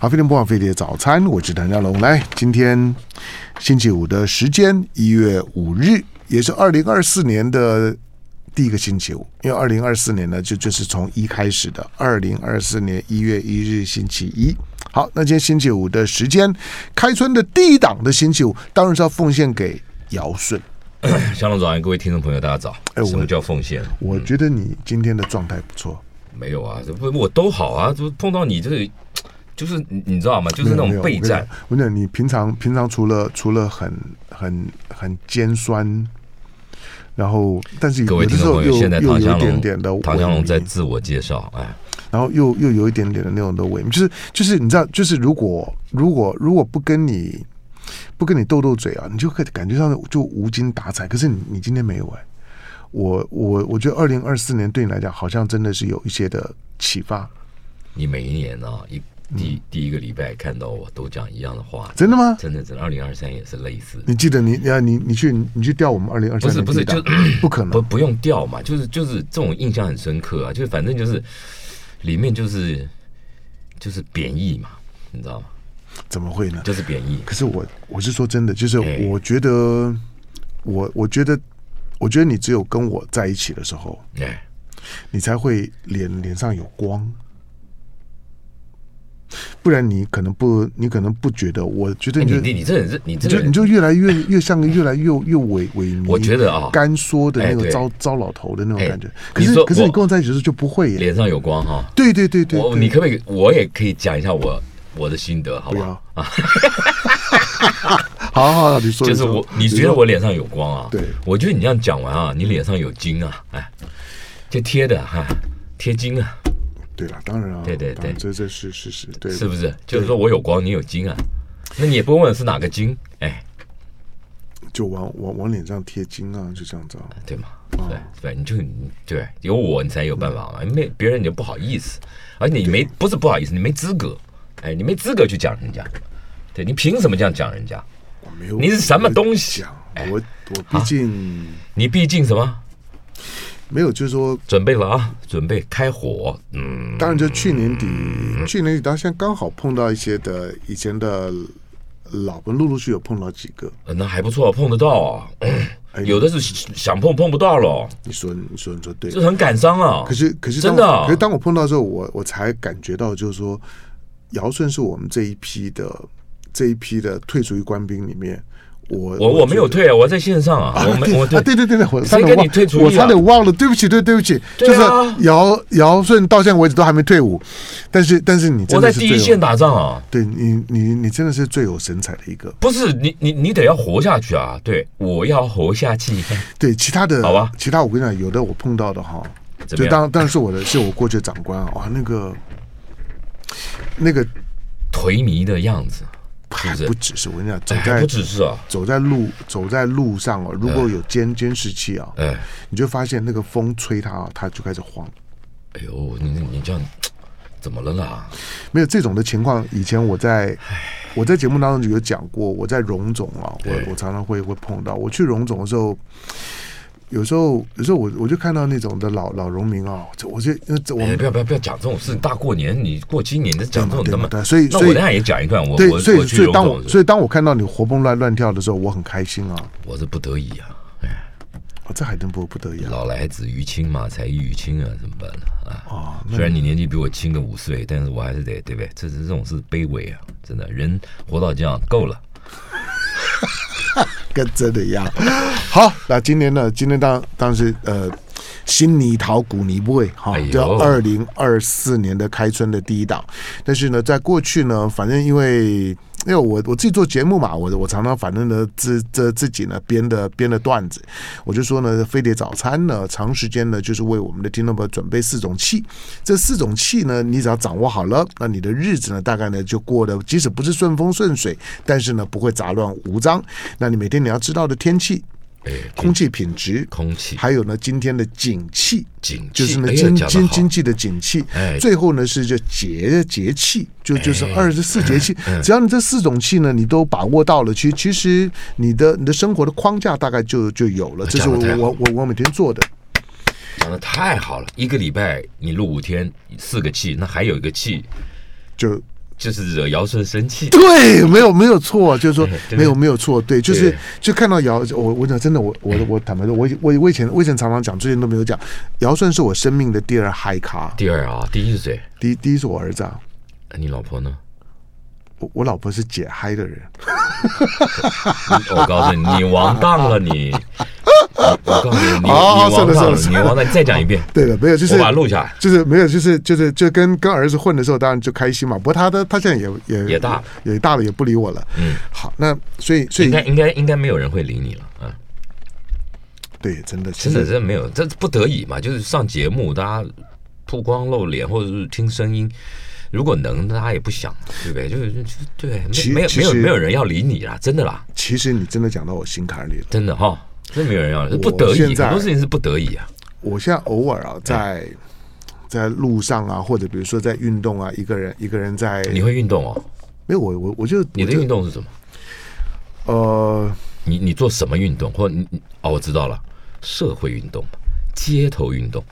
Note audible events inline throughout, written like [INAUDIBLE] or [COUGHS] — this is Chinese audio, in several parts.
好，飞碟播放飞碟早餐，我是谭家龙。来，今天星期五的时间，一月五日，也是二零二四年的第一个星期五。因为二零二四年呢，就就是从一开始的二零二四年一月一日星期一。好，那今天星期五的时间，开春的第一档的星期五，当然是要奉献给尧舜。香龙早安，各位听众朋友，大家早。哎我什么叫奉献？我觉得你今天的状态不错，没有啊，这不我都好啊，就碰到你这个，就是你你知道吗？就是那没种有备战。。没有我跟你讲我跟你讲，你平常平常除了除了很很很尖酸，然后但是各有位的听时众候朋又友，现在又有唐一香点点的龙，唐香龙萎靡在自我介绍，哎，然后又又有一点点的那种的萎靡，就是就是你知道，就是如果如果如果不跟你不跟你斗斗嘴啊，你就可以感觉上就无精打采。可是你你今天没有哎、我我我觉得二零二四年对你来讲，好像真的是有一些的启发，你每一年啊，一第第一个礼拜看到我都讲一样的话，真的吗？真的，真的，二零二三也是类似。你记得你啊你你去你去调我们二零二三不是年不是第一档就 [CLEARS THROAT] 不可能不不用调嘛，就是就是这种印象很深刻啊，就是反正就是里面就是就是贬义嘛，你知道吗？怎么会呢？就是贬义。可是我我是说真的，就是哎我觉得我我觉得我觉得你只有跟我在一起的时候，哎，你才会脸脸上有光。不然你可能不，你可能不觉得。我觉得哎你你就你你这人是你你这个就人你就越来越越像个越来越越萎萎靡，我觉得啊干缩的那哎个对糟糟老头的那种哎感觉。可是你说可是你我跟我在一起的时候就不会耶。脸上有光哈、对对对对，我对你可不可以？我也可以讲一下我我的心得，好不不要 [LAUGHS] 啊！好？好好，好你说就是你说我，你觉得我脸上有光啊？对我觉得你这样讲完啊，你脸上有金啊，哎，就贴的哈、贴金啊，对了，当然啊，对对当然这对这是事实，对，是不是？就是说我有光，你有金啊，那你也不问是哪个金，哎，就往往往脸上贴金啊，就这样子啊。对吗？对对，你就你对有我，你才有办哦法嘛，没别人你就不好意思，而你没不是不好意思，你没资格，哎，你没资格去讲人家，对你凭什么这样讲人家？我没有，你是什么东西讲？我我毕竟你毕竟什么？没有，就是说，准备了啊，准备开火，嗯，当然就去年底，去年底到现在刚好碰到一些的以前的老们陆陆续续有碰到几个。呃那还不错，碰得到、啊，哎有的是想碰碰不到了，你说你说你说对，这很感伤啊。可是可是当真的啊可是当我碰到之后，我我才感觉到，就是说，尧舜是我们这一批的这一批的退出役官兵里面，我我我没有觉得退啊，我在线上啊，我没我啊，对对对对，我差谁点跟忘你退，出役啊我差点忘了，对不起，对对不起，对就是啊尧尧舜到现在为止都还没退伍，但是但是你真我在的是第最有一线打仗啊，对你你你真的是最有神采的一个，不是你你你得要活下去啊，对我要活下去， [LAUGHS] 对其他的好吧其他我跟你讲，有的我碰到的哈，怎就么样？当当然是我的是我过去的长官啊，哇那个那个颓靡的样子，还是不只是我跟你讲，走哎还在不嗯只是啊，走在路走在路上哦，如果有监监视器啊，哎你就发现那个风吹它啊，它就开始晃。哎呦，你你你这样怎么了啦？没有这种的情况，以前我在我在节目当中有讲过，我在荣总啊，对我我常常会会碰到，我去荣总的时候。有时候，有时候我我就看到那种的老老农民啊，这我就因为这我哎，们不要不要不要讲这种事，大过年你过今年的讲这种对他嘛妈对嘛对所以那所以我等下也讲一段，我对我，所以我去所以当荣我总所以当我看到你活蹦乱乱跳的时候，我很开心啊！我是不得已啊，啊这海登伯不得了老来子于亲嘛，才艺于亲啊，怎么办呢？啊，啊！那虽然你年纪比我轻个五岁，但是我还是得对不对？这是这种是卑微啊，真的，人活到这样够了。跟真的一样。好，那今年呢？今年当当时呃，新泥陶古泥味哈哎，呦叫二零二四年的开春的第一档。但是呢，在过去呢，反正因为因为我我自己做节目嘛，我我常常反正呢自自自己呢编的编的段子，我就说呢，飞碟早餐呢，长时间呢就是为我们的听众朋友准备四种气，这四种气呢，你只要掌握好了，那你的日子呢，大概呢就过得即使不是顺风顺水，但是呢不会杂乱无章。那你每天你要知道的天气、哎，空气品质，空气还有呢今天的景气。景就气，是呢哎呀经讲得经好经济的景气哎，最后呢是这节节气，就就是二十四节气。哎只要你这四种气呢，你都把握到了，其实其实你的你的生活的框架大概就就有了。这是我讲得太好我我我每天做的。讲的太好了，一个礼拜你录五天，四个气，那还有一个气就就是惹尧舜生气。对，没有没有错，就是说对哎对没有没有错，对，就是对哎就看到尧，我我讲真的，我我我坦白说，我我我以前我以前常常讲，之前都没有讲，尧舜是我生命的第二嗨咖，第二啊，第一是谁？第一第一是我儿子啊，呃你老婆呢？我我老婆是解嗨的人，我告诉你，你王荡了 [LAUGHS] 你！我告诉你，你你哦王算了荡算了了，你算了王荡！你再讲一遍， [LAUGHS] 对的，没有就是我把它录下来。就是没有，就是就是就跟跟儿子混的时候，当然就开心嘛。不过他的他现在也也也大了也大了，也不理我了。嗯，好，那所以所应以该应该应该没有人会理你了啊！对，真的真的真的没有，这不得已嘛，就是上节目大家曝光露脸，或者是听声音。如果能，大家也不想，对不对？就是就其对，没没有其没有实没有人要理你啦，真的啦，其实你真的讲到我心坎里了。真的哈，真没有人要，我不得已，现很在多事情是不得已啊。我现在偶尔啊，在在路上啊，或者比如说在运动啊，一个人一个人在，你会运动哦？没有哎我我我就你的我就运动是什么？呃，你你做什么运动？或你你哦，我知道了，社会运动嘛，街头运动，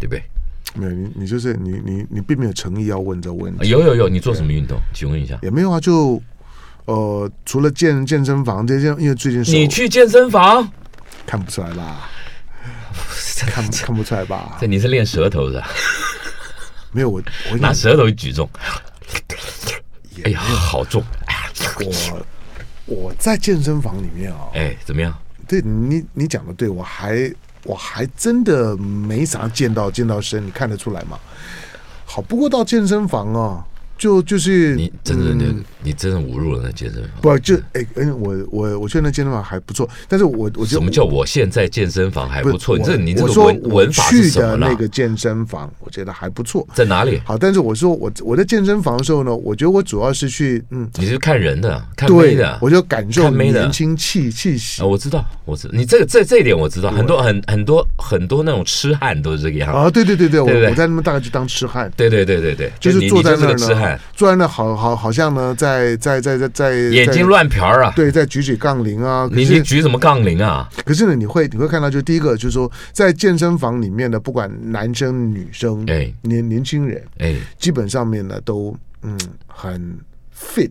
对不对？没有你你就是你你你并没有诚意要问这个问啊题，有有有，你做什么运动？请问一下，也没有啊，就呃，除了健健身房这些，因为最近手你去健身房？看不出来吧？看不看不出来 [LAUGHS] 吧这？你是练舌头是 [LAUGHS] 吧？没有我，我拿想舌头举重，哎呀，好重！我我在健身房里面啊、哎，怎么样？对你你讲的对，我还我还真的没啥见到见到身，你看得出来吗？好，不过到健身房啊，就就是你真的嗯你你真的侮辱了那健身房。不就哎哎，我我我觉得那健身房还不错，但是我我觉得什么叫我现在健身房还不错？我你这你这我个说文我文法是去什么的啦那？个健身房，我觉得还不错。在哪里？好，但是我说我我在健身房的时候呢，我觉得我主要是去嗯你是看人的，看妹对的，。我就感受看妹的年轻气气息啊，我知道，我知你这个这这一点我知道，很多很很多很多那种痴汉都是这个样。啊！对对对对，我对不对我在那边大概就当痴汉，对对对对对，就是你坐你在那就是儿个痴呢汉，，坐在那儿好好好像呢，在在在在在眼睛，乱瞟儿啊在！对，在举举杠铃啊。可你你是举什么杠铃啊？可是呢，你会你会看到，就第一个就是说，在健身房里面的，不管男生女生，哎年年轻人，哎，基本上面呢都嗯很 fit，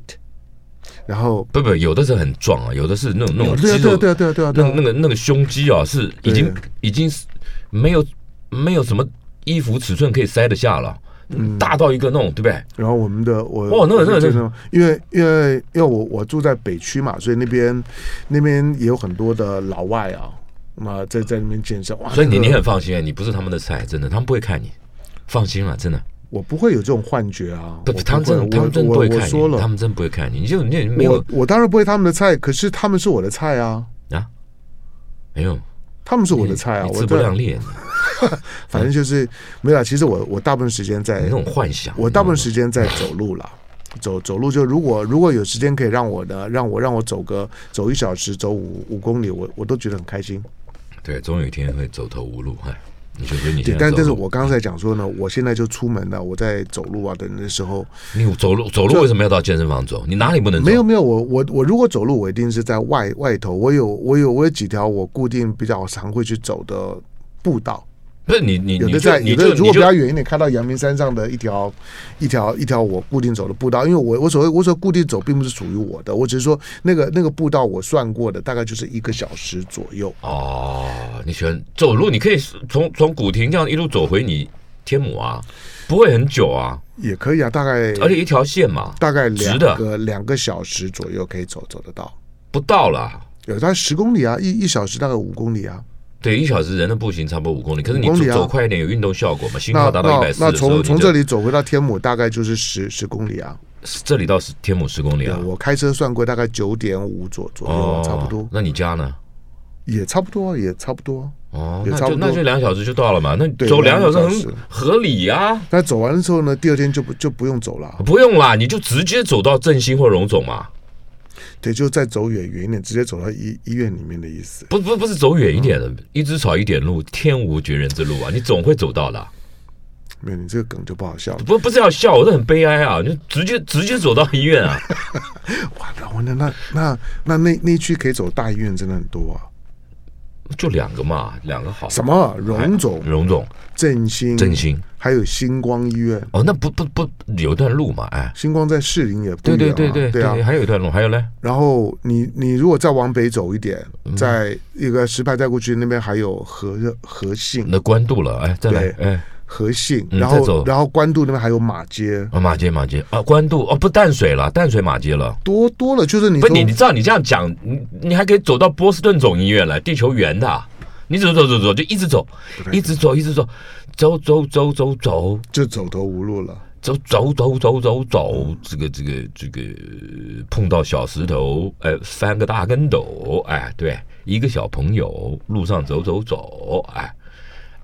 然后不不，有的是很壮啊，有的是那种那种对啊肌对啊肉对啊对啊对啊对那啊那个那个胸肌啊，是已经对已经是没有没有什么衣服尺寸可以塞得下了，嗯大到一个那种，对不对？然后我们的我哇哦那个我在那个健身房因为因为因为我我住在北区嘛，所以那边那边也有很多的老外啊，那在在那边健身哇，所以你那个你很放心啊，你不是他们的菜，真的，他们不会看你，放心了，真的。我不会有这种幻觉啊，不，我他们真的会他们真的我不会我我看说你，他了，们真的不会看你，你就你也没有我我当然不会他们的菜，可是他们是我的菜啊，啊，没有他们是我的菜啊，你我嗯自不量对，力，反正就是没有啦。其实我我大部分时间在你那种幻想。我大部分时间在走路了，走走路就如果如果有时间可以让我呢，让我让我走个走一小时，走五五公里，我我都觉得很开心。对，总有一天会走投无路，哎，你就觉得你对现，在但走但是路我刚才讲说呢，我现在就出门了，我在走路啊等的时候，你走路走路为什么要到健身房走？你哪里不能走？没有没有，我我我如果走路，我一定是在外外头，我有我有我有几条我固定比较常会去走的步道。不是你你有你的就在，你有就的如果你比就较远一点，开到阳明山上的一条一条一条我固定走的步道，因为我我所谓我所谓固定走，并不是属于我的，我只是说那个那个步道我算过的，大概就是一个小时左右。哦，你喜欢走路，你可以从从古亭这样一路走回你天母啊，不会很久啊，也可以啊，大概而且一条线嘛，大概直两的个两个小时左右可以走走得到，不到啦。有大概十公里啊，一一小时大概五公里啊。对，一小时人的步行差不多五公里，可是你五走,、公里啊走快一点有运动效果嘛？心那跳达到一那百四那的时候，从你从就这里走回到天母大概就是十十公里啊。这里到十天母十公里对啊，哦我开车算过大概九点五左左右啊，差不多，那你家呢？也差不多，啊也差不多。哦，也那差不就多那就两小时就到了嘛，那对走两小时两个小时很合理呀、那走完之后呢，第二天就不就不用走了啊。不用啦，你就直接走到振兴或荣总嘛，对，就再走远远一点，直接走到医医院里面的意思。不不不是走远一点的，一枝草一点路，天无绝人之路啊，你总会走到的啊。没有，你这个梗就不好 [LAUGHS] 笑了。不不是要笑，我是很悲哀啊！你就直接直接走到医院啊， [LAUGHS] 哇，那那那那那那那一区可以走大医院真的很多啊。就两个嘛，两个好。什么荣总、啊荣总、振兴、嗯振兴，还有星光医院，哦，那不不不，有一段路嘛，哎，星光在士林也不对远对啊，对对对啊。还有一段路，还有嘞，然后你你如果再往北走一点，嗯在一个石牌再过去那边还有和和信那官渡了，哎，再来，哎，和信，嗯然再后走然后官渡那边还有马街，哦马街马街啊，官渡哦，不淡水了，淡水马街了。多多了就是你不，说你你照你这样讲，你你还可以走到波士顿总医院来，地球圆的啊，你走走走走就一直走，一直走一直走，走走走走走就走投无路了。走走走走走走，这个这个这个呃碰到小石头，哎、翻个大跟斗，哎，对，一个小朋友路上走走走，哎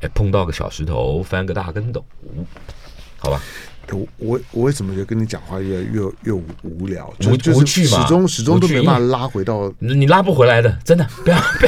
哎碰到个小石头，翻个大跟斗，好吧，我我我为什么觉得跟你讲话越越越无无聊，就无就无趣是嘛始终始终都无趣没办法拉回到。你你拉不回来的，真的，不要不 [LAUGHS]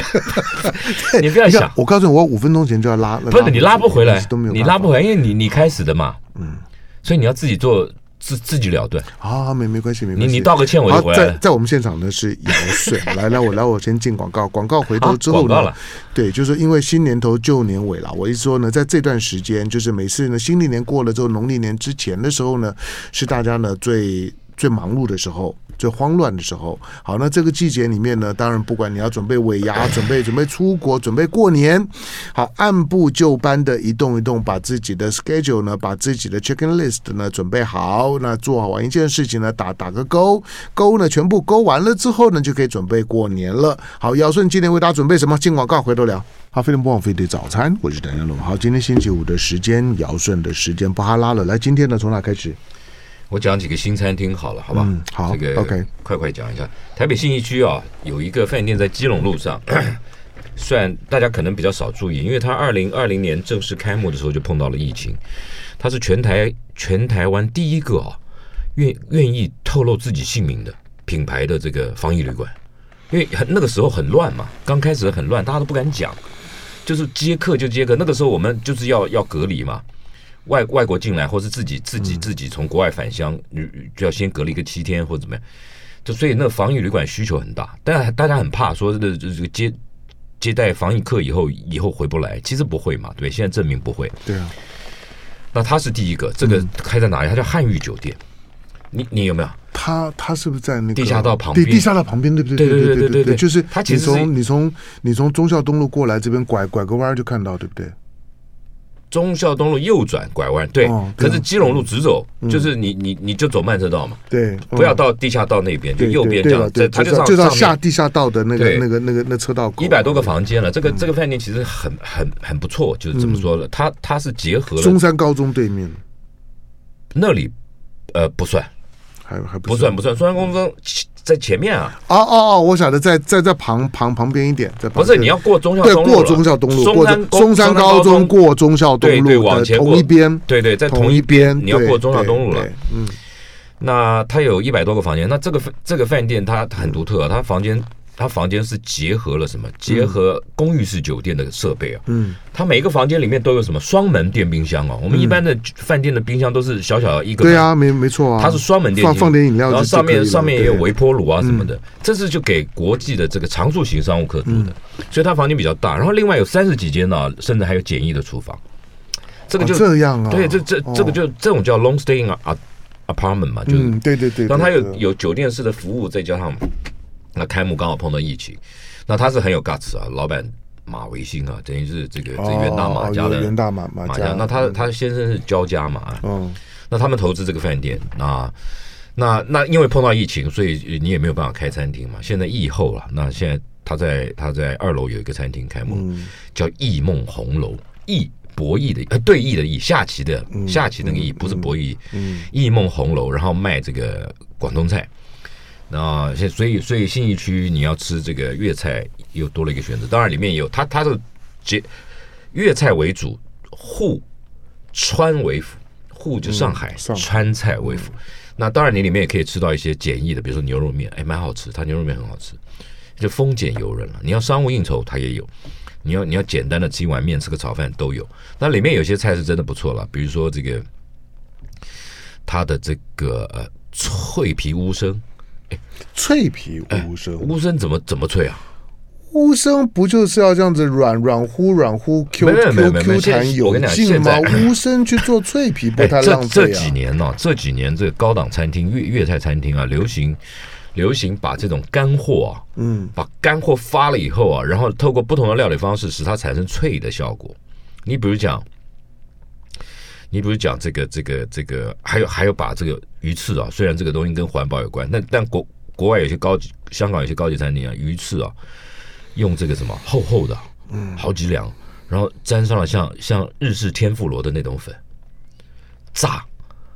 要，你不要你想看，，我告诉你，我五分钟前就要拉，哎不是你拉不回一来直都没，有，你拉不回来，因为你你开始的嘛，嗯，所以你要自己做自自己了断，啊，没没关系，没你关系。你道个歉我就好，回来在了。在我们现场呢是姚 [LAUGHS] 穗，来来我来我先进广告，广告回头之后呢，啊广告了对，就是因为新年头旧年尾了，我一直说呢，在这段时间，就是每次呢新历年过了之后，农历年之前的时候呢，是大家呢最最忙碌的时候。最慌乱的时候，好，那这个季节里面呢，当然不管你要准备尾牙，准备准备出国，准备过年，好，按部就班的一动一动，把自己的 schedule 呢，把自己的 check-in list 呢准备好，那做好完一件事情呢，打打个勾，勾呢全部勾完了之后呢，就可以准备过年了。好，尧舜今天为大家准备什么？进广告，回头聊。好，非常不枉费的早餐，我是谭耀龙。好，今天星期五的时间，尧舜的时间，巴哈拉了。来，今天呢，从哪开始？我讲几个新餐厅好了，好吧？嗯好这个 OK 快快讲一下。台北信义区啊，有一个饭店在基隆路 [COUGHS] 上，虽然大家可能比较少注意，因为它二零二零年正式开幕的时候就碰到了疫情，它是全台全台湾第一个啊，愿愿意透露自己姓名的品牌的这个防疫旅馆，因为很那个时候很乱嘛，刚开始很乱，大家都不敢讲，就是接客就接客。那个时候我们就是要要隔离嘛，外外国进来或是自嗯己自己自己从国外返乡，你就要先隔离个七天或者怎么样。就所以那防疫旅馆需求很大，但大家很怕说这这这个接接待防疫客以后以后回不来，其实不会嘛，对，现在证明不会。对啊，那它是第一个，这嗯个开在哪里？它叫汉玉酒店。你你有没有？他他是不是在那个地下道旁对，边地下道旁边，对不对？对对对对对对对对就是它其实你是从你从你从忠孝东路过来这边拐拐个弯儿就看到，对不对？忠孝东路右转拐弯，对。哦对啊可是基隆路直走，就是你你你就走慢车道嘛，对，不要嗯到地下道那边，就对右边这对了样，对，这它到上就到上面下地下道的那个对那个那个那车道口，啊一百多个房间了，这个这个饭店其实很很很不错，就是怎么说呢？它它是结合嗯中了山高中对面，那里，呃，不算还还算嗯不算不算，中山高中在前面啊，哦哦哦，我晓得在在在旁旁旁边一点，在旁不是边你要过中校对东路了，过中校东路，过中山中中山高中，过中校东对对，路往的前过同一边，对对，在同一一边，你要对过中校东路，了对。对嗯，那它有一百多个房间，那这个这个饭店它很独特、啊，它房间它房间是结合了什么？结合公寓式酒店的设备啊，嗯，它每一个房间里面都有什么双门电冰箱哦、我们一般的饭店的冰箱都是小小一个，对，啊，没没错啊，它是双门电放冰放点饮料然就，后上就可面以了上面也有对嗯微波炉啊什么的，这是就给国际的这个常住型商务客住的，嗯所以它房间比较大，然后另外有三十几间呢、甚至还有简易的厨房，这个哦就、这样啊，对，这这这个哦就这种叫 long staying a- a- apartment 嘛，就是嗯，对对对，当它对有对有酒店式的服务，再加上那开幕刚好碰到疫情，那他是很有 guts 啊，老板马维新啊，等于是这个这哦元大马家哦的袁大马马马家家，，那他他先生是焦家嘛，啊嗯，那他们投资这个饭店啊。那那因为碰到疫情，所以你也没有办法开餐厅嘛。现在疫后了，那现在他在他在二楼有一个餐厅开幕，叫弈梦红楼，弈博弈的呃对弈的弈，下棋的下棋那个弈，不是博弈。嗯弈梦红楼，然后卖这个广东菜。那现所以所以信义区你要吃这个粤菜又多了一个选择，当然里面也有它它的结粤菜为主，沪川为辅，沪就上海，嗯上海川菜为辅。那当然你里面也可以吃到一些简易的，比如说牛肉面，哎，蛮好吃，它牛肉面很好吃，就丰俭由人了。你要商务应酬，它也有。你要你要简单的吃一碗面，吃个炒饭都有。那里面有些菜是真的不错了，比如说这个它的这个呃脆皮乌参，脆皮无声，嗯乌参怎么怎么脆啊？呼声不就是要这样子软软呼软呼 Q 没有没有 Q 没有 Q 现在弹我有跟你讲劲吗现？ [LAUGHS] 在呼声去做脆皮不哎，太浪这费这啊几。年呢、这几年这个高档餐厅、粤粤菜餐厅啊，流行流行把这种干货啊，嗯，把干货发了以后啊，然后透过不同的料理方式，使它产生脆的效果。你比如讲，你比如讲这个这个这个，还有还有把这个鱼翅啊，虽然这个东西跟环保有关，但但国国外有些高级，香港有些高级餐厅啊，鱼翅啊，用这个什么厚厚的，嗯，好几两，然后沾上了像像日式天妇罗的那种粉，炸，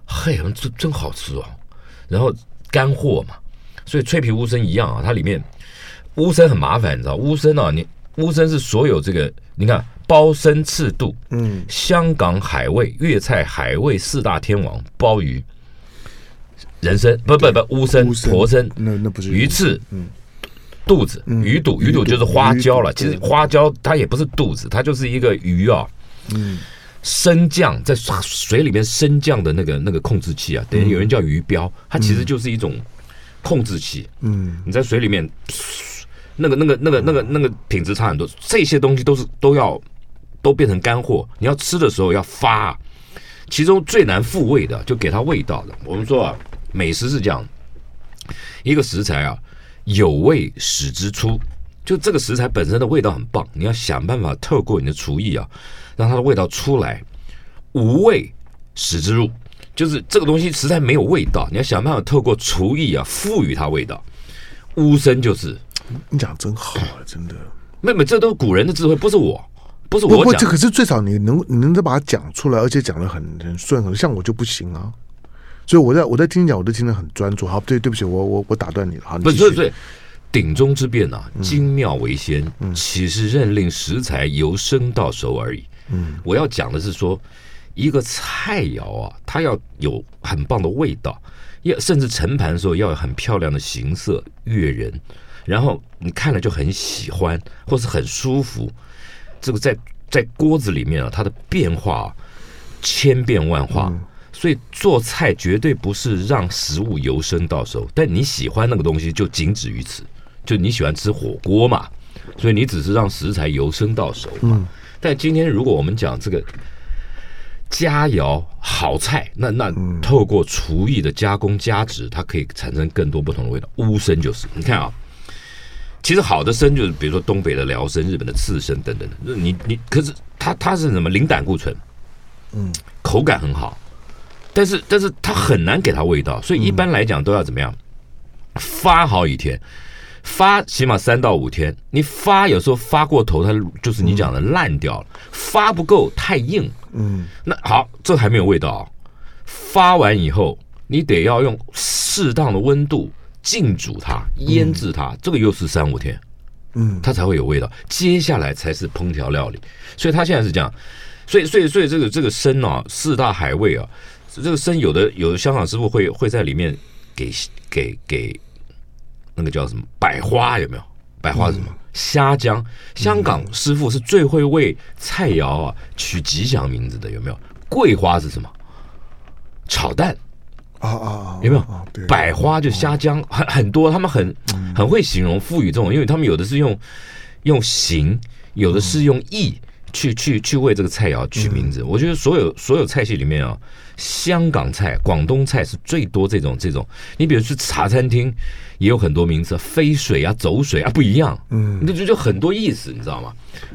嘿，真真好吃哦。然后干货嘛，所以脆皮乌参一样啊，它里面乌参很麻烦，你知道，乌参啊，你乌参是所有这个，你看包参赤肚，嗯，香港海味、粤菜海味四大天王，鲍鱼、人参，不不不，乌参呼、声婆参、那那不是嗯鱼翅，肚子，鱼肚，鱼鱼肚肚就是花椒了。鱼肚其对实花椒它也不是肚子，它就是一个鱼啊。嗯升降在水里面升降的那个那个控制器啊，等嗯于有人叫鱼标，它其实就是一种控制器。嗯，你在水里面，那个那个那个那个那个品质差很多。这些东西都是都要都变成干货，你要吃的时候要发。其中最难复味的，就给它味道的。我们说啊，美食是这样，一个食材啊，有味始之出，就这个食材本身的味道很棒，你要想办法透过你的厨艺啊，让它的味道出来。无味始之入，就是这个东西实在没有味道，你要想办法透过厨艺啊，赋予它味道。乌参就是，你讲真好啊，真的。妹妹，这都是古人的智慧，不是我，不是不我不，讲这。可是最少你能你能够把它讲出来，而且讲的很很顺很，像我就不行啊。所以我在我在听你讲，我都听得很专注。好，对对不起，我我我打断你了。好，你不是，继所续嗯以所以鼎中之变啊，精妙为先，岂是任令食材由生到熟而已。嗯，我要讲的是说，一个菜肴啊，它要有很棒的味道，要甚至盛盘的时候要有很漂亮的形色悦人，然后你看了就很喜欢，或是很舒服。这个在在锅子里面啊，它的变化、啊、千变万化。所以做菜绝对不是让食物由生到熟，但你喜欢那个东西就仅止于此，就你喜欢吃火锅嘛，所以你只是让食材由生到熟嘛。但今天如果我们讲这个佳肴好菜，那那透过厨艺的加工加值，它可以产生更多不同的味道。乌参就是，你看啊，其实好的参就是比如说东北的辽参、日本的刺参等等的，那你你可是它它是什么零胆固醇，嗯，口感很好，但是但是它很难给它味道，所以一般来讲都要怎么样发好几天。发起码三到五天，你发有时候发过头，它就是你讲的烂掉了；发不够太硬，嗯那好，这还没有味道、啊。发完以后，你得要用适当的温度浸煮它、腌制它，这个又是三五天，嗯它才会有味道。接下来才是烹调料理，所以它现在是这样。所以，所以，所以这个这个参啊，四大海味啊，这个参有的有的香港师傅会会在里面给给给那个叫什么百花有没有？百花是什么？虾浆。香港师傅是最会为菜肴啊取吉祥名字的，有没有？桂花是什么？炒蛋啊啊啊，有没有啊？对，百花就虾浆，很很多，他们很很会形容赋予这种，因为他们有的是用用形，有的是用意去去去为这个菜肴取名字。嗯我觉得所有所有菜系里面啊，香港菜、广东菜是最多这种这种。你比如去茶餐厅，也有很多名字，飞水啊、走水啊不一样，嗯，那就就很多意思，你知道吗？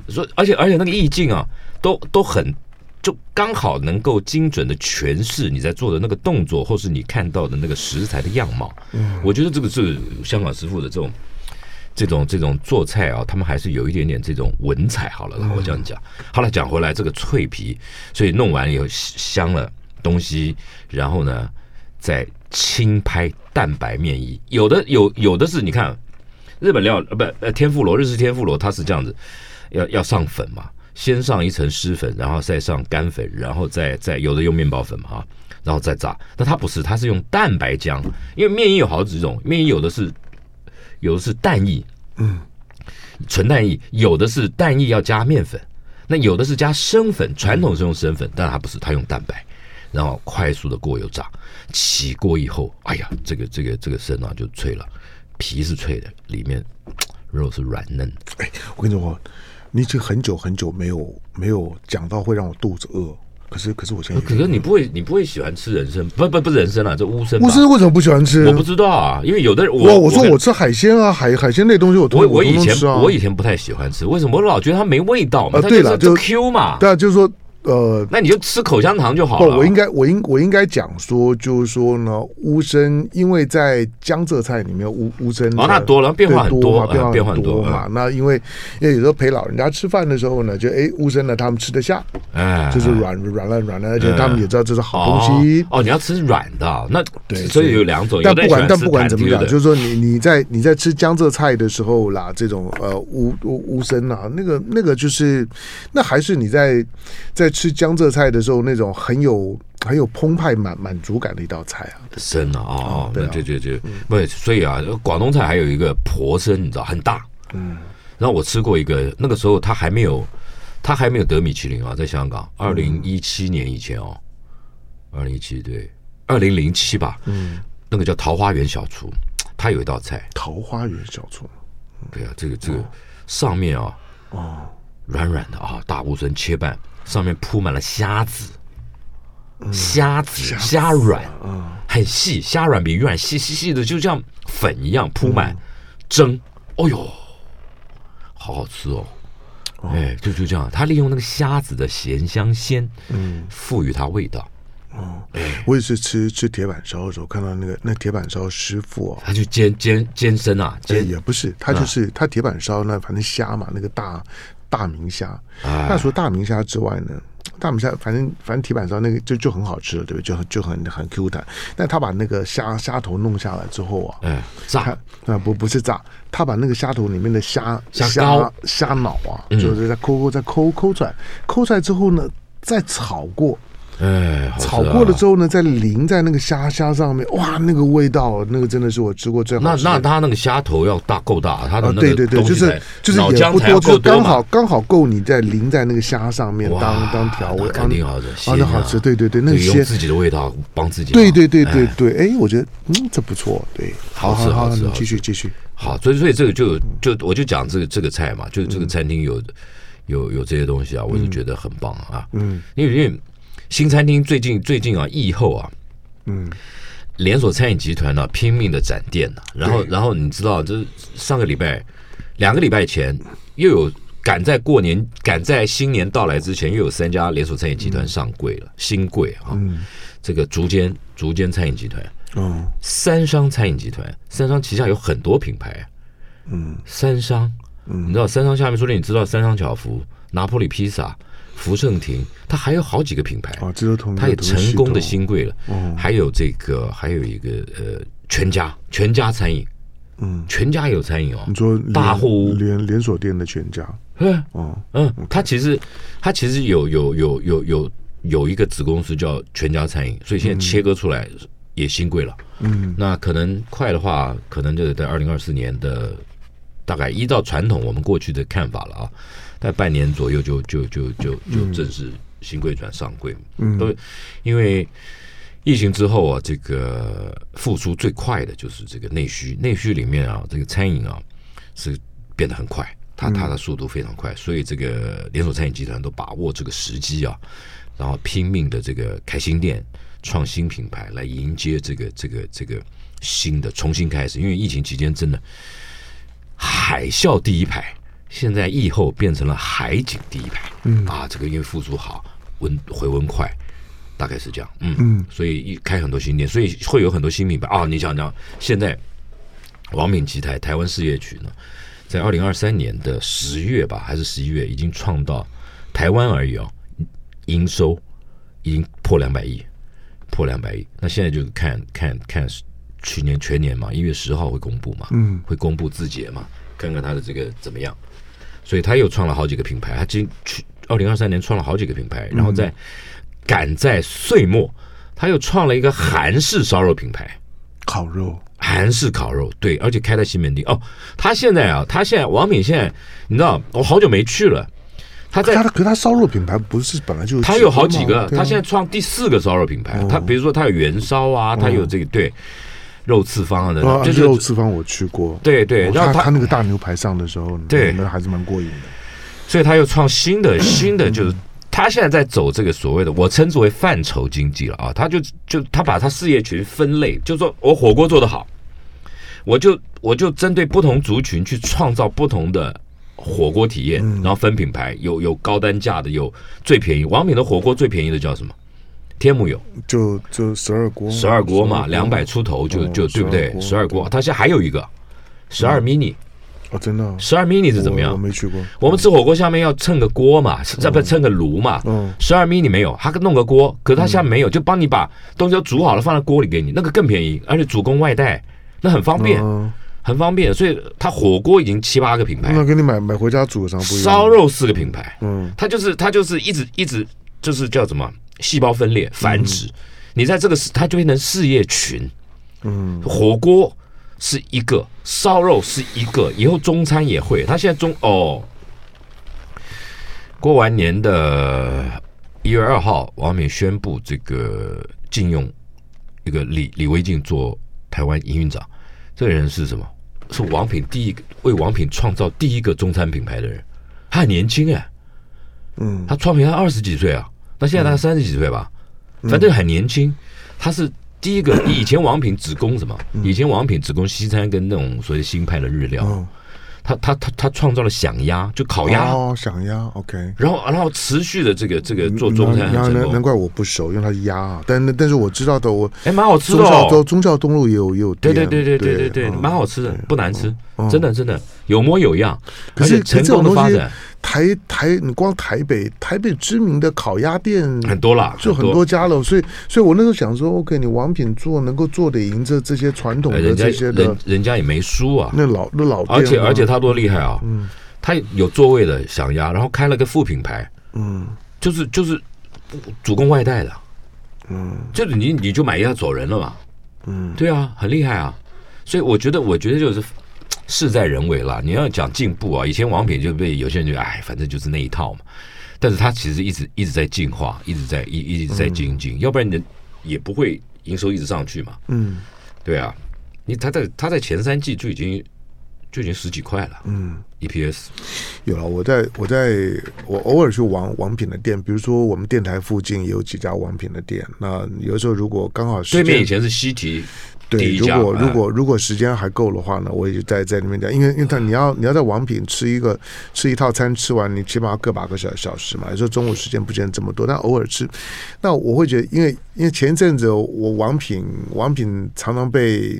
所以而且而且那个意境啊，都都很就刚好能够精准的诠释你在做的那个动作，或是你看到的那个食材的样貌。嗯，我觉得这个是香港师傅的这种。这种这种做菜啊，他们还是有一点点这种文采。好了啦，我这样讲。好了，讲回来这个脆皮，所以弄完以后香了东西，然后呢，再轻拍蛋白面衣。有的有有的是，你看日本料呃不呃天妇罗日式天妇罗，它是这样子，要要上粉嘛，先上一层湿粉，然后再上干粉，然后再再有的用面包粉嘛哈，然后再炸。但它不是，它是用蛋白浆，因为面衣有好几种，面衣有的是有的是蛋液，嗯，纯蛋液，有的是蛋液要加面粉，那有的是加生粉，传统是用生粉，但它不是，它用蛋白。然后快速的过油炸，起锅以后，哎呀，这个这个这个参啊就脆了，皮是脆的，里面肉是软嫩。我跟你说，你已经很久很久没有没有讲到会让我肚子饿，可是可是我现在呃可是你不会，你不会喜欢吃人参，不不不是人参啊，这乌参吧。我是为什么不喜欢吃我？不知道啊，因为有的人我我我说跟我吃海鲜啊，海海鲜类东西我都我我以都能前吃啊。我以前不太喜欢吃，为什么？我老觉得它没味道嘛，呃它对是了就就 Q 嘛。对啊，就是说呃，那你就吃口香糖就好不，了。我应该，我应我应该讲说，就是说呢，乌参，因为在江浙菜里面，乌乌参哦那多了变化很多多嘛，变哎化变化很多多嘛。那因为因为有时候陪老人家吃饭的时候呢，就哎乌参呢，他们吃得下，哎，就是软软烂软烂，而且他们也知道这是好东西。哦。哦，你要吃软的啊，那对所以是有两种，但有的不人管喜欢但吃不管怎么弹讲，丢的就是说你你在你在吃江浙菜的时候啦，这种呃乌乌乌参啊，那个那个就是，那还是你在在吃江浙菜的时候那种很有很有澎湃满满足感的一道菜啊。参啊，哦哦，对那啊对对对，不是，所以啊，广东菜还有一个婆参，你知道很大，嗯。然后我吃过一个，那个时候他还没有，他还没有得米其林啊，在香港，嗯二零一七年以前哦，二零一七对，二零零七吧，嗯，那个叫桃花源小厨，他有一道菜，桃花源小厨对啊，这个这个上面啊哦，软软的啊，大乌参切半，上面铺满了虾子，嗯虾子虾软，很细，虾软比鱼软细细细的，就像粉一样铺嗯满，蒸，哦呦，好好吃哦。哎，就就这样，他利用那个虾子的咸香鲜，嗯，赋予它味道，我也是吃吃铁板烧的时候看到那个那铁板烧师傅哦，他就煎煎煎生啊，哎煎也不是，他就是、他铁板烧那反正虾嘛，那个大大明虾，啊那除了大明虾之外呢，大明虾反正反正铁板烧那个就就很好吃了，对不对？就很就很很 Q 弹。但他把那个虾虾头弄下来之后啊，哎他炸啊、不不是炸，他把那个虾头里面的虾虾膏嗯虾虾脑啊，就是在抠抠再抠抠出来，抠出来之后呢，再炒过。哎，好吃炒啊过了之后呢，再淋在那个虾虾上面，哇，那个味道，那个真的是我吃过最那好吃的。那他那个虾头要大够大，他的啊，那对个对对，东西就是才就是脑也浆不才要多，够就多刚嘛好刚好够你在淋在那个虾上面哇当当调味，那肯定啊好吃，啊，鲜那啊好吃，对对对，那就个用鲜，自己的味道帮自己嘛，对对对对哎对，哎，我觉得嗯，这不错，对，好好吃好好，吃你好继续继续，好，所以所以这个就嗯就我就讲这个这个菜嘛，就是这个餐厅有有有这些东西啊，我就觉得很棒啊，嗯因为因为新餐厅最近最近啊疫后啊，嗯，连锁餐饮集团呢、拼命的展店呢、然后对然后你知道，就是上个礼拜两个礼拜前又有赶在过年赶在新年到来之前，又有三家连锁餐饮集嗯团上柜了，新柜啊，这个竹间竹间餐饮集团、哦，三商餐饮集团，三商旗下有很多品牌，啊嗯，三商，你知道三商下面说的，你知道三商巧福、拿破里披萨、福盛庭，它还有好几个品牌，哦，嗯这都同一个它也同一个成功的系新贵了。还有这个，还有一个呃，全家，全家餐饮，统，嗯，全家也有餐饮哦你。说连大户屋连连锁店的全家，嗯哦，嗯，它其实它其实有有有有有有一个子公司叫全家餐饮，所以现在切割出来也新贵了。嗯那可能快的话，可能就得在二零二四年的大概依照传统我们过去的看法了啊，在半年左右就就就就就正式新贵转上柜，嗯都因为疫情之后啊，这个复苏最快的就是这个内需，内需里面啊，这个餐饮啊是变得很快，它它嗯的速度非常快，所以这个连锁餐饮集团都把握这个时机啊，然后拼命的这个开新店、创新品牌来迎接这个这个这个新的重新开始，因为疫情期间真的海啸第一排，现在疫后变成了海景第一排，嗯啊，这个因为复苏好，温回温快。大概是这样，嗯嗯，所以一开很多新店，所以会有很多新品牌啊、你想想，现在王品集台台湾事业区呢，在二零二三年的十月吧，还是十一月，已经创到台湾而已哦，营收已经破两百亿，破两百亿。那现在就看看看去年全年嘛，一月十号会公布嘛，嗯，会公布字节嘛，看看它的这个怎么样。所以他又创了好几个品牌，他今去二零二三年创了好几个品牌，然后在赶在岁末，他又创了一个韩式烧肉品牌。烤肉，韩式烤肉，对，而且开在西门町哦。他现在啊，他现在王品现在，你知道，我好久没去了。他在他的可是他烧肉品牌不是本来就他有好啊几个，他现在哦在啊创第四个烧肉品牌。他比如说他有元烧啊，他有这个对，肉刺方啊等啊等，就是哦肉吃饭我去过，对对，我然看后他他那个大牛排上的时候，对那还是蛮过瘾的。所以他又创新的新的，就是他现在在走这个所谓的我称之为范畴经济了啊，他就就他把他事业群分类，就说我火锅做得好，我就我就针对不同族群去创造不同的。火锅体嗯验，然后分品牌，有有高单价的，有最便宜。王品的火锅最便宜的叫什么？天母有就就十二锅，十二锅嘛， 12两百出头就哦就对不对？十12二锅，他现在还有一个十二 mini，哦，真的啊十二 mini 是怎么我我样？没去过，我们吃火锅下面要蹭个锅嘛，是这不蹭个炉嘛？嗯，十二米你没有，他弄个锅，可是他下面没有，就帮你把东西都煮好了放在锅里给你，那个更便宜，而且主攻外带，那很方便，嗯很方便。所以他火锅已经七八个品牌，那跟你买买回家煮上不一样。烧，肉四个品牌，嗯，它就是它就是一直一直就是叫什么细胞分裂繁殖，你在这个它就变成事业群，嗯，火锅是一个，烧肉是一个，以后中餐也会。他现在中哦，过完年的一月二号，王冕宣布这个禁用一个李李维静做台湾营运长。这个人是什么？是王品第一个为王品创造第一个中餐品牌的人。他很年轻哎、嗯，他创品他二十几岁啊，那现在大概三十几岁吧，嗯反正很年轻。他是第一个，以前王品只供什么？以前王品只供西餐跟那种所谓新派的日料嗯。他他他他创造了响鸭，就烤鸭，哦，想鸭，OK。然后然后持续的这个这个做中难餐很成难难功，怪我不熟，因为它是鸭啊。但但是我知道的，我哎，蛮好吃忠的孝哦东。忠孝东路也有也有对店，对对对对对对，嗯蛮好吃的，不难吃，嗯真的真的有模有样，可而是且成功的发展台台，你光台北台北知名的烤鸭店很多啦，就很多家了，所以所以我那时候想说，OK，你王品做能够做得赢这这些传统哎的人家这些的人人家也没输啊，那老那老店啊，嗯而且而且他多厉害啊！他有座位的想压，然后开了个副品牌，嗯就是就是主攻外带的，嗯，就是你你就买一下走人了嘛，嗯，对啊，很厉害啊！所以我觉得，我觉得就是事在人为啦。你要讲进步啊，以前王品就被有些人就哎，反正就是那一套嘛。但是他其实一直一直在进化，一直在一一直在精进，要不然你也不会营收一直上去嘛。嗯对啊，你他在他在前三季就已经就已经十几块了，嗯，EPS 有了，我在我在我偶尔去王王品的店，比如说我们电台附近也有几家王品的店。那有时候如果刚好时对面以间前是西提，第对，一如家果哎如果如果时间还够的话呢，我也在在那边讲，因为因为他你要你要在王品吃一个吃一套餐吃完，你起码要个把个小小时嘛。有时候中午时间不见这么多，但偶尔吃，那我会觉得，因为因为前一阵子我王品王品常常被。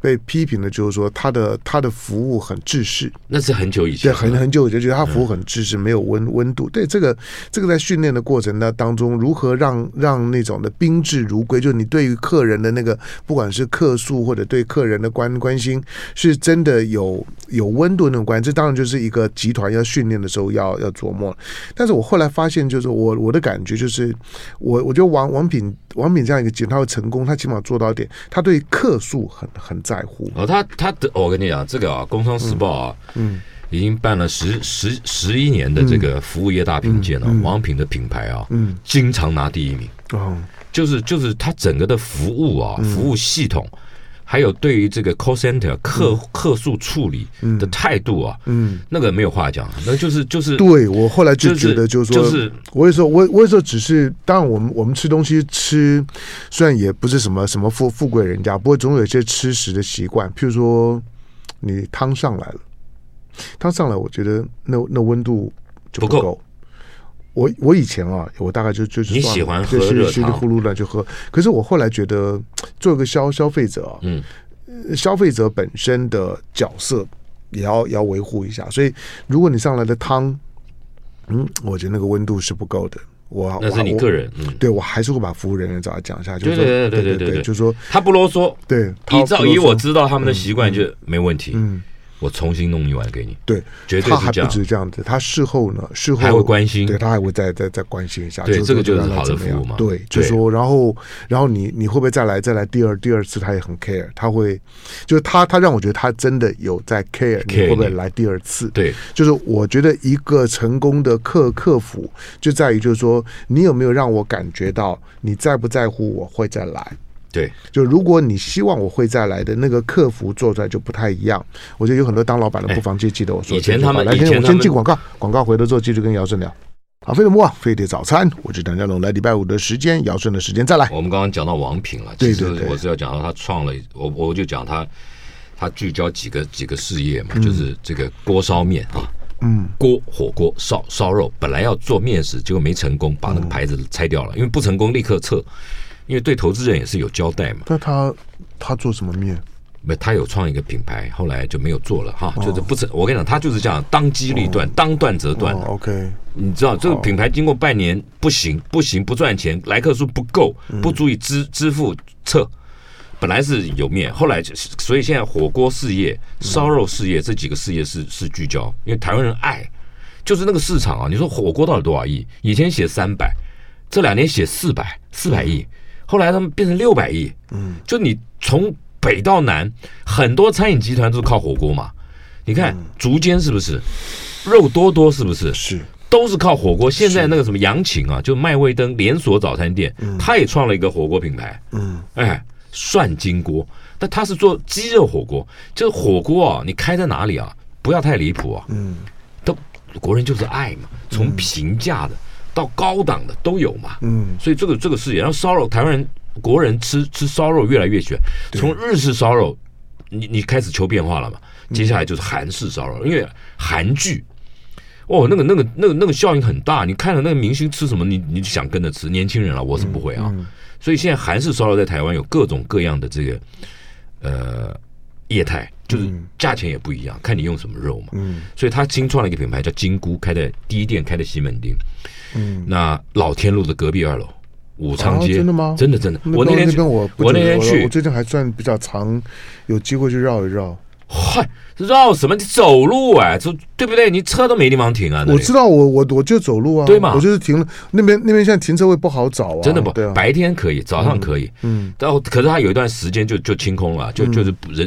被批评的就是说，他的他的服务很制式，那是很久对，以前了，很很久我就觉得他服务很知识，没有温温度。对这个这个在训练的过程呢当中，如何让让那种的宾至如归，就是你对于客人的那个，不管是客诉或者对客人的关关心，是真的有有温度的那种关系。这当然就是一个集团要训练的时候要要琢磨。但是我后来发现，就是我我的感觉就是，我我觉得王王品王品这样一个集团他会成功，他起码做到一点，他对客诉很很在乎。哦，他他的、哦我跟你讲，这个啊，《工商时报》啊，嗯，已经办了十十十一年的这个服务业大评鉴了、王品的品牌啊，嗯，经常拿第一名，哦，就是就是它整个的服务嗯啊，服务系统，还有对于这个 call center 客、客诉处理的态度啊，嗯。那个没有话讲，那就是就是对我后来就就是觉得，就是说，就是我有时候，我我有时候只是，当然我们我们吃东西吃，虽然也不是什么什么富富贵人家，不过总有一些吃食的习惯，譬如说你汤上来了，汤上来，我觉得那那温度就不够够。我我以前啊，我大概就就是你算喜了欢就喝稀热稀里汤呼噜的就喝，可是我后来觉得，做一个消消费者啊，嗯，消费者本身的角色也要也要维护一下。所以，如果你上来的汤，嗯，我觉得那个温度是不够的。我那是你我个人，嗯，对我还是会把服务人员找他讲一下，就对是说对对对对对对对就说他不啰嗦，对，他依照比如以我说知道他们的习惯就没问题，嗯，我重新弄一碗给你，对，绝对他是还这不样。止这样子，他事后呢，事后还会关心对他还会再再再关心一下，对就这说个就是让他好的怎么样服务嘛对，就对说然后然后你你会不会再来再来第二第二次？他也很 care，他会就是他他让我觉得他真的有在 care，你 care 会不会你来第二次？对，就是我觉得一个成功的客客服就在于就是说你有没有让我感觉到你在不在乎我会再来。对，就如果你希望我会再来的那个客服做出来就不太一样。我觉得有很多当老板的不妨记记得我说哎以的这前句话。他们来，以前我他先们进广告，广告回头之后继续跟姚顺聊。好，费德莫，飞碟早餐，我是谭家龙。来礼拜五的时间，姚顺的时间再来。我们刚刚讲到王品了，对其对实对我是要讲到他创了，我我就讲他他聚焦几个几个事业嘛，就是这个锅烧面啊，嗯，锅火锅烧烧肉，本来要做面食，结果没成功，把那个嗯牌子拆掉了，因为不成功立刻撤，因为对投资人也是有交代嘛。那他他做什么面？没，他有创一个品牌，后来就没有做了哈，就是不成。我跟你讲，他就是这样，当机立断，当断则断哦哦。，OK，你知道这个品牌经过半年不行，不行，不赚钱，来客数不够，不足以支支付撤。本来是有面，后来就是所以现在火锅事业、烧肉事业这几个事业是是聚焦，因为台湾人爱，就是那个市场啊。你说火锅到底多少亿？以前写三百，这两年写四百，四百亿，后来他们变成六百亿。嗯，就你从北到南，很多餐饮集团都是靠火锅嘛。你看竹间是不是？肉多多是不是？是都是靠火锅。现在那个什么杨琴啊，就麦味登连锁早餐店，他也创了一个火锅品牌，嗯，哎，涮金锅。但他是做鸡肉火锅，就是火锅啊，你开在哪里啊？不要太离谱啊，嗯，都国人就是爱嘛，从平价的到高档的都有嘛，嗯，所以这个这个事业，然后烧肉，台湾人国人吃吃烧肉越来越选，从日式烧肉，你你开始求变化了嘛，接下来就是韩式烧肉，因为韩剧。哦，那个、那个、那个、那个效应很大。你看了那个明星吃什么，你你就想跟着吃。年轻人啊，我是不会啊。所以现在韩式烧肉在台湾有各种各样的这个呃业态，就是价钱也不一样，看你用什么肉嘛。嗯所以他新创了一个品牌叫金菇，开在第一店开在西门町，嗯，那老天路的隔壁二楼武昌街、哦真的吗真的真的，我那那天边去，我不我久那天我去我最近还算比较常有机会去绕一绕。嗨，绕什么？你走路哎、走对不对？你车都没地方停啊！那我里知道，我我我就走路啊，对嘛我就是停了那边那边现在停车位不好找啊，真的不、对啊，白天可以，早上可以，嗯，然后可是他有一段时间就就清空了，就就是人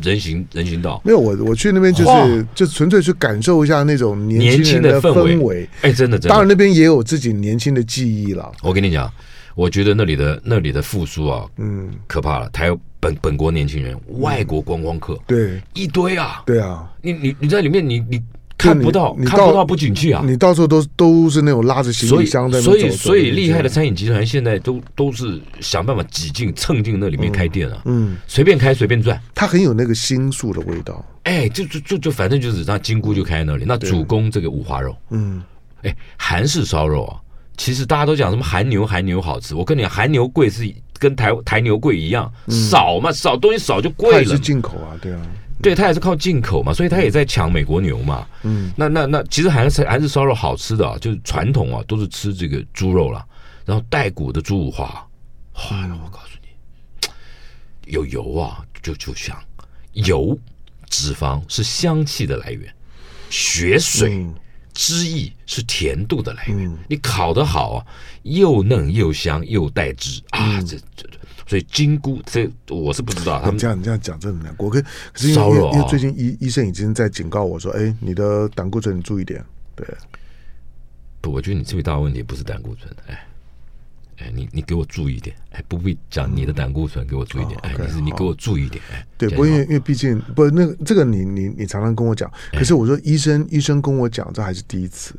人行人行道，没有我我去那边就是哇就纯粹去感受一下那种年年轻轻人的氛氛围。哎，真的真当然的，那边也有自己年轻的记忆了，我跟你讲，我觉得那里的那里的复苏啊，嗯，可怕了。台本本国年轻人、外国观光客对一堆啊，对啊，你你你在里面你你看不到你看到不到不景气啊。你到时候都都是那种拉着行所李以，箱在那所以，走所以厉害的，走餐饮集团现在都都是想办法挤进、蹭进那里面开店啊，嗯，随便开随便赚。它很有那个新宿的味道，哎，就就就就，反正就是那金菇就开在那里，那主攻这个五花肉，嗯，哎，韩式烧肉啊，其实大家都讲什么韩牛，韩牛好吃。我跟你讲，韩牛贵是跟台台牛贵一样，嗯少嘛，少东西少就它贵也了是嘛。进口啊，对啊，对，它也是靠进口嘛，所以它也在抢美国牛嘛。嗯，那那那，其实韩式韩式烧肉好吃的啊，就是传统啊，都是吃这个猪肉啦，然后带骨的猪五花。哇，我告诉你，有油啊，就就香，油、脂肪是香气的来源，血水。嗯汁液是甜度的来源。嗯你烤得好啊，又嫩又香又带汁啊，嗯这这这，所以金菇这我是不知道他你们这样你这样讲真的很难过，可可是因为骚扰啊因为最近医医生已经在警告我说，哎，你的胆固醇你注意点，对，不，我觉得你最大的问题不是胆固醇，哎。哎，你你给我注意一点，哎，不必讲你的胆固醇，给我注意一点，哎，哦 OK，你是你给我注意一点，哎，对，这不样过因为好因为毕竟不那个这个你你你常常跟我讲，哎可是我说医生医生跟我讲，这还是第一次，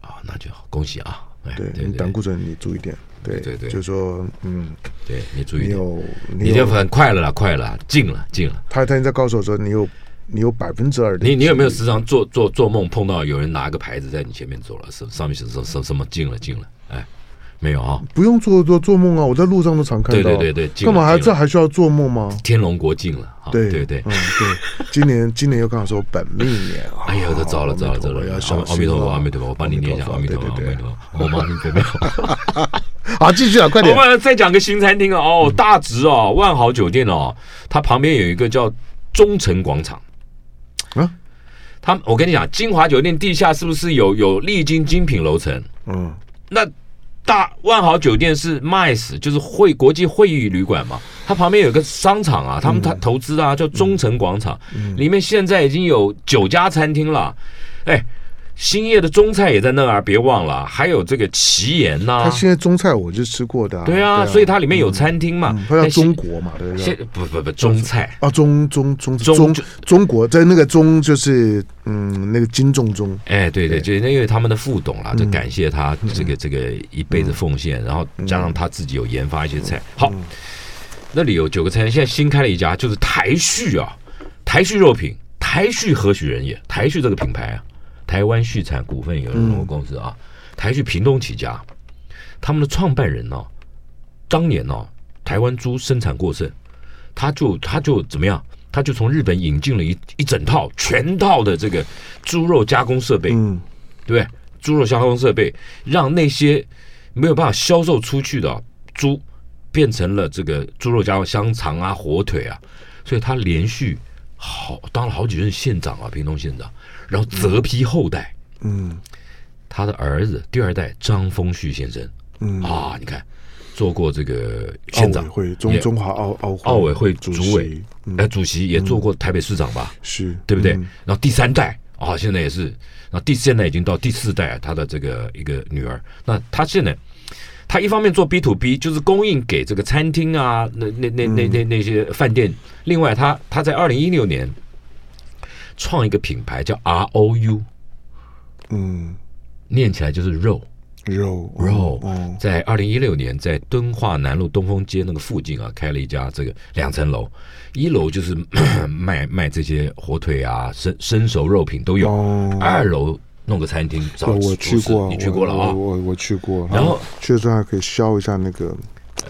啊，那就好，恭喜啊，哎，对对你胆对固醇你注意点，对对对就说嗯，对，你注意一你点，有你你就有很快了啦，快了，进了进了。他他已经在告诉我说你有你有百分之二的，你你有没有时常做做做梦碰到有人拿个牌子在你前面走了，什上面什什什什么进了进了，哎，没有啊，不用做做做梦啊，我在路上都常看到，啊对对对对进干了嘛还进了这还需要做梦吗？天龙国进了，啊、对对对嗯对，今年今年又刚好是我本命年啊！哎呀，这糟了糟了糟我了要！小阿弥心啊陀佛，了阿弥陀佛，我帮你念一下，阿弥陀佛，阿对弥对对，陀佛，我帮你准备好。好，继续啊，快我点，嗯们再讲个新餐厅哦，哦大直哦，万豪酒店哦，它旁边有一个叫中诚广场。啊，他我跟你讲，金华酒店地下是不是有有丽晶精品楼层？嗯，那大万豪酒店是 MICE，就是会国际会议旅馆嘛，它旁边有个商场啊，他们嗯他投资啊，叫中诚广场，里面现在已经有九家餐厅了，哎。兴业的中菜也在那儿，别忘了，还有这个奇岩啊呐、它现在中菜我就吃过的、啊，对啊，所以它里面有餐厅嘛嗯，它叫但现中国嘛，对不对现？不不不中菜，啊，中中中中中就中国在那个中就是嗯，那个金仲中，哎，对对，就是因为他们的副董啦，嗯就感谢他这个这个一辈子奉献，然后加嗯上他自己有研发一些菜。好，那里有九个餐厅，现在新开了一家，就是台旭啊，台旭肉品，台旭何许人也？台旭这个品牌啊，台湾旭产股份有限公司公司啊，台旭屏东起家，他们的创办人呢、当年呢、啊台湾猪生产过剩，他就他就怎么样？他就从日本引进了一一整套全套的这个猪肉加工设备，嗯，对不对？猪肉加工设备让那些没有办法销售出去的猪变成了这个猪肉加工香肠啊、火腿啊，所以他连续好当了好几任县长啊，屏东县长，然后择批后代，嗯他的儿子第二代张丰旭先生嗯，啊，你看做过这个县奥长委。会中也中华奥奥奥委会主主委席，嗯，哎，主席也做过台北市长吧？是对不对？嗯然后第三代啊、现在也是，然后第现在已经到第四代，他的这个一个女儿，那他现在。他一方面做 B to B，就是供应给这个餐厅啊，那那那那那那些饭店。另外他，他在二零一六年创一个品牌叫 R O U，嗯，念起来就是肉肉肉。哦，在二零一六年，在敦化南路东风街那个附近啊，开了一家这个两层楼，一楼就是 [COUGHS] 卖卖这些火腿啊、生生熟肉品都有，哦二楼弄个餐厅，找对我去过，你去过了我啊？我我我去过，然后去的时候还可以削一下那个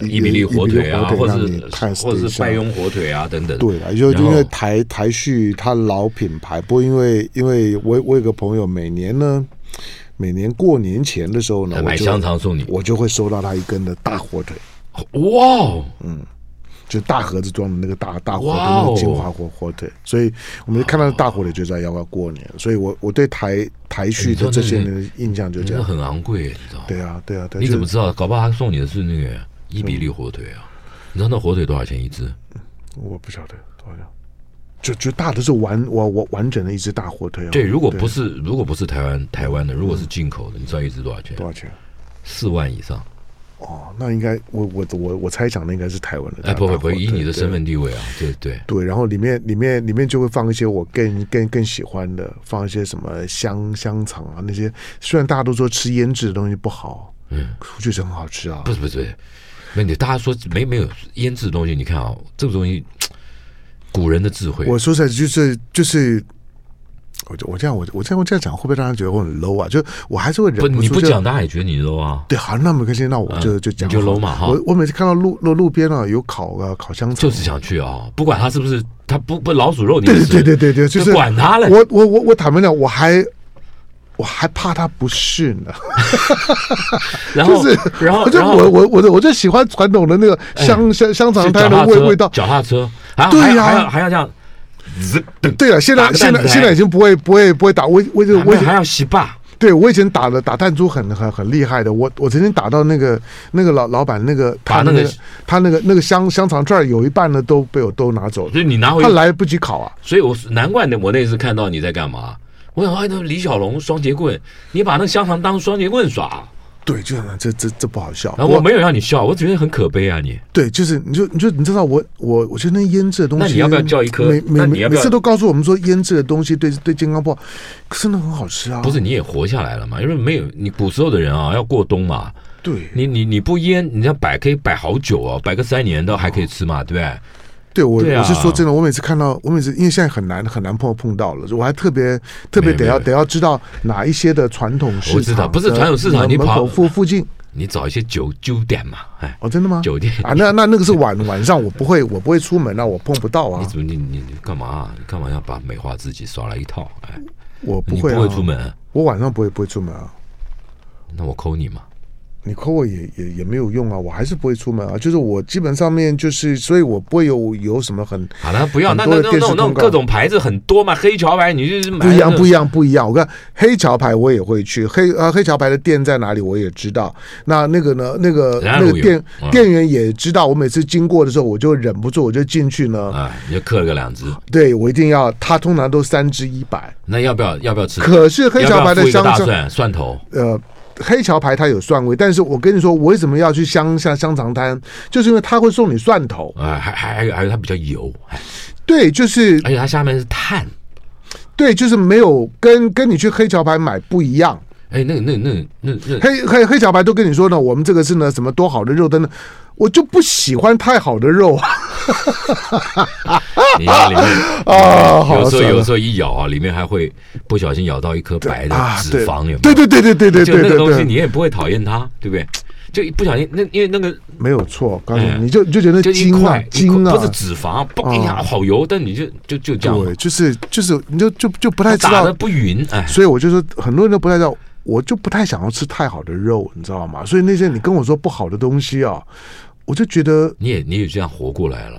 伊比利火腿啊，或让你是 taste 或者一是下拜佣火腿啊等等。对了，就然就后因为台台旭它老品牌，不过因为因为我我有个朋友每年呢，每年过年前的时候呢，我买就香肠送你，我就会收到他一根的大火腿，哇哦，嗯就大盒子装的那个大大火腿，哇哦那个金华火火腿，所以我们就看到大火腿就知道要要过年，所以我我对台台旭哎你的说那这些个年的印象就这真的样。很昂贵，你知道吗？对啊，对啊，对啊你怎么就是知道？搞不好他送你的是那个伊比利火腿啊？你知道那火腿多少钱一只？我不晓得多少？就就大的是完我我完整的一只大火腿、啊，对，如果不是如果不是台湾台湾的，如果是进口的，你知道一只多少钱嗯多？少钱？四万以上。哦，那应该我我我我猜想那应该是台湾的大。哎，不会大不火会，腿以你的身。对份地位啊，对对。对，然后里面里面里面就会放一些我更更更喜欢的，放一些什么香香肠啊那些。虽然大家都说吃腌制的东西不好，嗯，我觉得很好吃啊不。是不是，不是那你大家说没没有腌制的东西，你看啊、这个东西，古人的智慧，我说起来就是就是，我就我这样我我这样我这样讲会不会让人觉得我很 low 啊？就我还是会忍不住你不就讲，大家也觉得你 low 啊。对，好，那没关系，那我就、嗯就讲你就好了 low 嘛哈我我每次看到路路路边啊有烤啊烤香肠， [LAUGHS] 就是想去啊、不管他是不是他不不老鼠肉你也对吃，对对对对，就是管他嘞。我我我我坦白讲，我还我还怕他不是呢，然 [LAUGHS] 后、就是哦然后我就然后哎我我我就我就喜欢传统的那个香香香肠就摊脚的踏味车味道。脚踏车，还要对还要呀还要还要这样，滋噔对啊了，现在打个现蛋在仔现在已经不会不会不会打，我我就还我以要前还要洗把，对我以前打的打弹珠很很很厉害的，我我曾经打到那个那个老老板那个把他那那个个他那个那个香香肠串儿有一半呢都被我都拿走了，所以你拿回他，来不及烤啊。所以我难怪那我那次看到你在干嘛，我想哎那李小龙双节棍，你把那个香肠当双节棍耍，对，就是这这这不好笑。然后我没有让你笑，我觉得很可悲啊你。对，就是你就你就你知道我我我觉得那腌制的东西，那你要不要叫一颗每那每你每要不每要次都告诉我们说腌制的东西对对健康不好，可是那很好吃啊。不是你也活下来了嘛？因为没有你古时候的人啊，要过冬嘛，对你你你不腌，你要摆可以摆好久哦，摆个三年都还可以吃嘛，对不对？对，我对啊我是说真的，我每次看到我每次因为现在很难很难碰碰到了，我还特别特别没有得要没有得要知道哪一些的传统市我知道场不是的传统市场门你门跑口附附近你找一些酒酒店嘛，哎，哦，真的吗？酒店啊，那那那个是晚晚上，我不会我不会出门啊，我碰不到你啊，怎么你你你干嘛啊、你干嘛要把美化自己耍了一套？哎，我不你会啊，不会出门，我晚上不会不会出门啊。那我抠你嘛？你扣我也也也没有用啊，我还是不会出门啊。就是我基本上面就是，所以我不会有有什么很好了，不要很那多那的那电视那种那广种告各种牌子很多嘛，黑桥牌你就是买不一样，那不一样，不一样。我看黑桥牌我也会去，黑呃黑桥牌的店在哪里我也知道。那那个呢，那个人家那个都有店嗯店员也知道，我每次经过的时候我就忍不住我就进去呢。啊，你就刻了个两只，对我一定要，他通常都三支一百，那要不要要不要吃？可是黑桥牌的要不要付一香肠个大蒜蒜头，呃。黑桥牌它有蒜味，但是我跟你说，我为什么要去香香香肠摊，就是因为它会送你蒜头。啊，还还还有还有它比较油，哎对，就是而且它下面是碳，对，就是没有跟跟你去黑桥牌买不一样。哎，那个那个那个那个那个黑黑黑桥牌都跟你说呢，我们这个是呢什么多好的肉，等等，我就不喜欢太好的肉啊。 [LAUGHS] 你里面啊好有时候算了有时候一咬啊，里面还会不小心咬到一颗白的啊，脂对肪，有没有？对对对对对对就那对个东西对你对，也不会讨厌它，对不对？就一不小心那因为那个没有错，告诉嗯你，你就你就觉得就一精啊块一精块啊不，是脂肪，嘣一下好油，但你就就就这样对，就是就是你就就就不太知打道的不匀，哎，所以我就说，很多人都不太知道，我就不太想要吃太好的肉，你知道吗？所以那些你跟我说不好的东西啊，我就觉得，你也你也这样活过来了。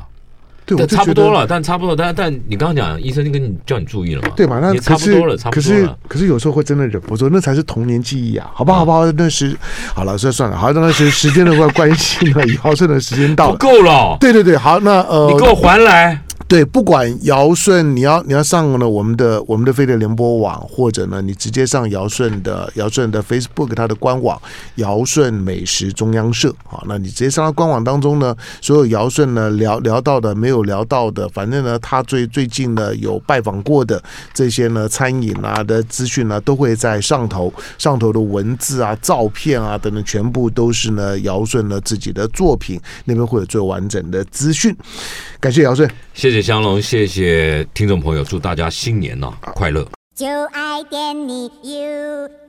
对，我但就差觉不得多。了，但差不多，但但你刚刚讲，医生跟你叫你注意了嘛？对嘛？那也差可不是多了，差不可多是了。可是有时候会真的忍不住，那才是童年记忆啊，好不好？好不好？那嗯是好了，这算了。好，那时时间的关关系呢，姚顺的时间到不了。够了，对对对，好，那呃，你给我还来。对，不管尧舜，你要你要上呢我们的我们的飞碟联播网，或者呢你直接上尧舜的尧舜的 Facebook 它的官网尧舜美食中央社好，那你直接上到官网当中呢，所有尧舜呢聊聊到的没有聊到的，反正呢他最最近呢有拜访过的这些呢餐饮啊的资讯呢都会在上头，上头的文字啊、照片啊等等，全部都是呢尧舜呢自己的作品，那边会有最完整的资讯。感谢尧舜。谢谢香龙，谢啊谢听众朋友，祝大家新年呐、快乐。就爱点你 UFO。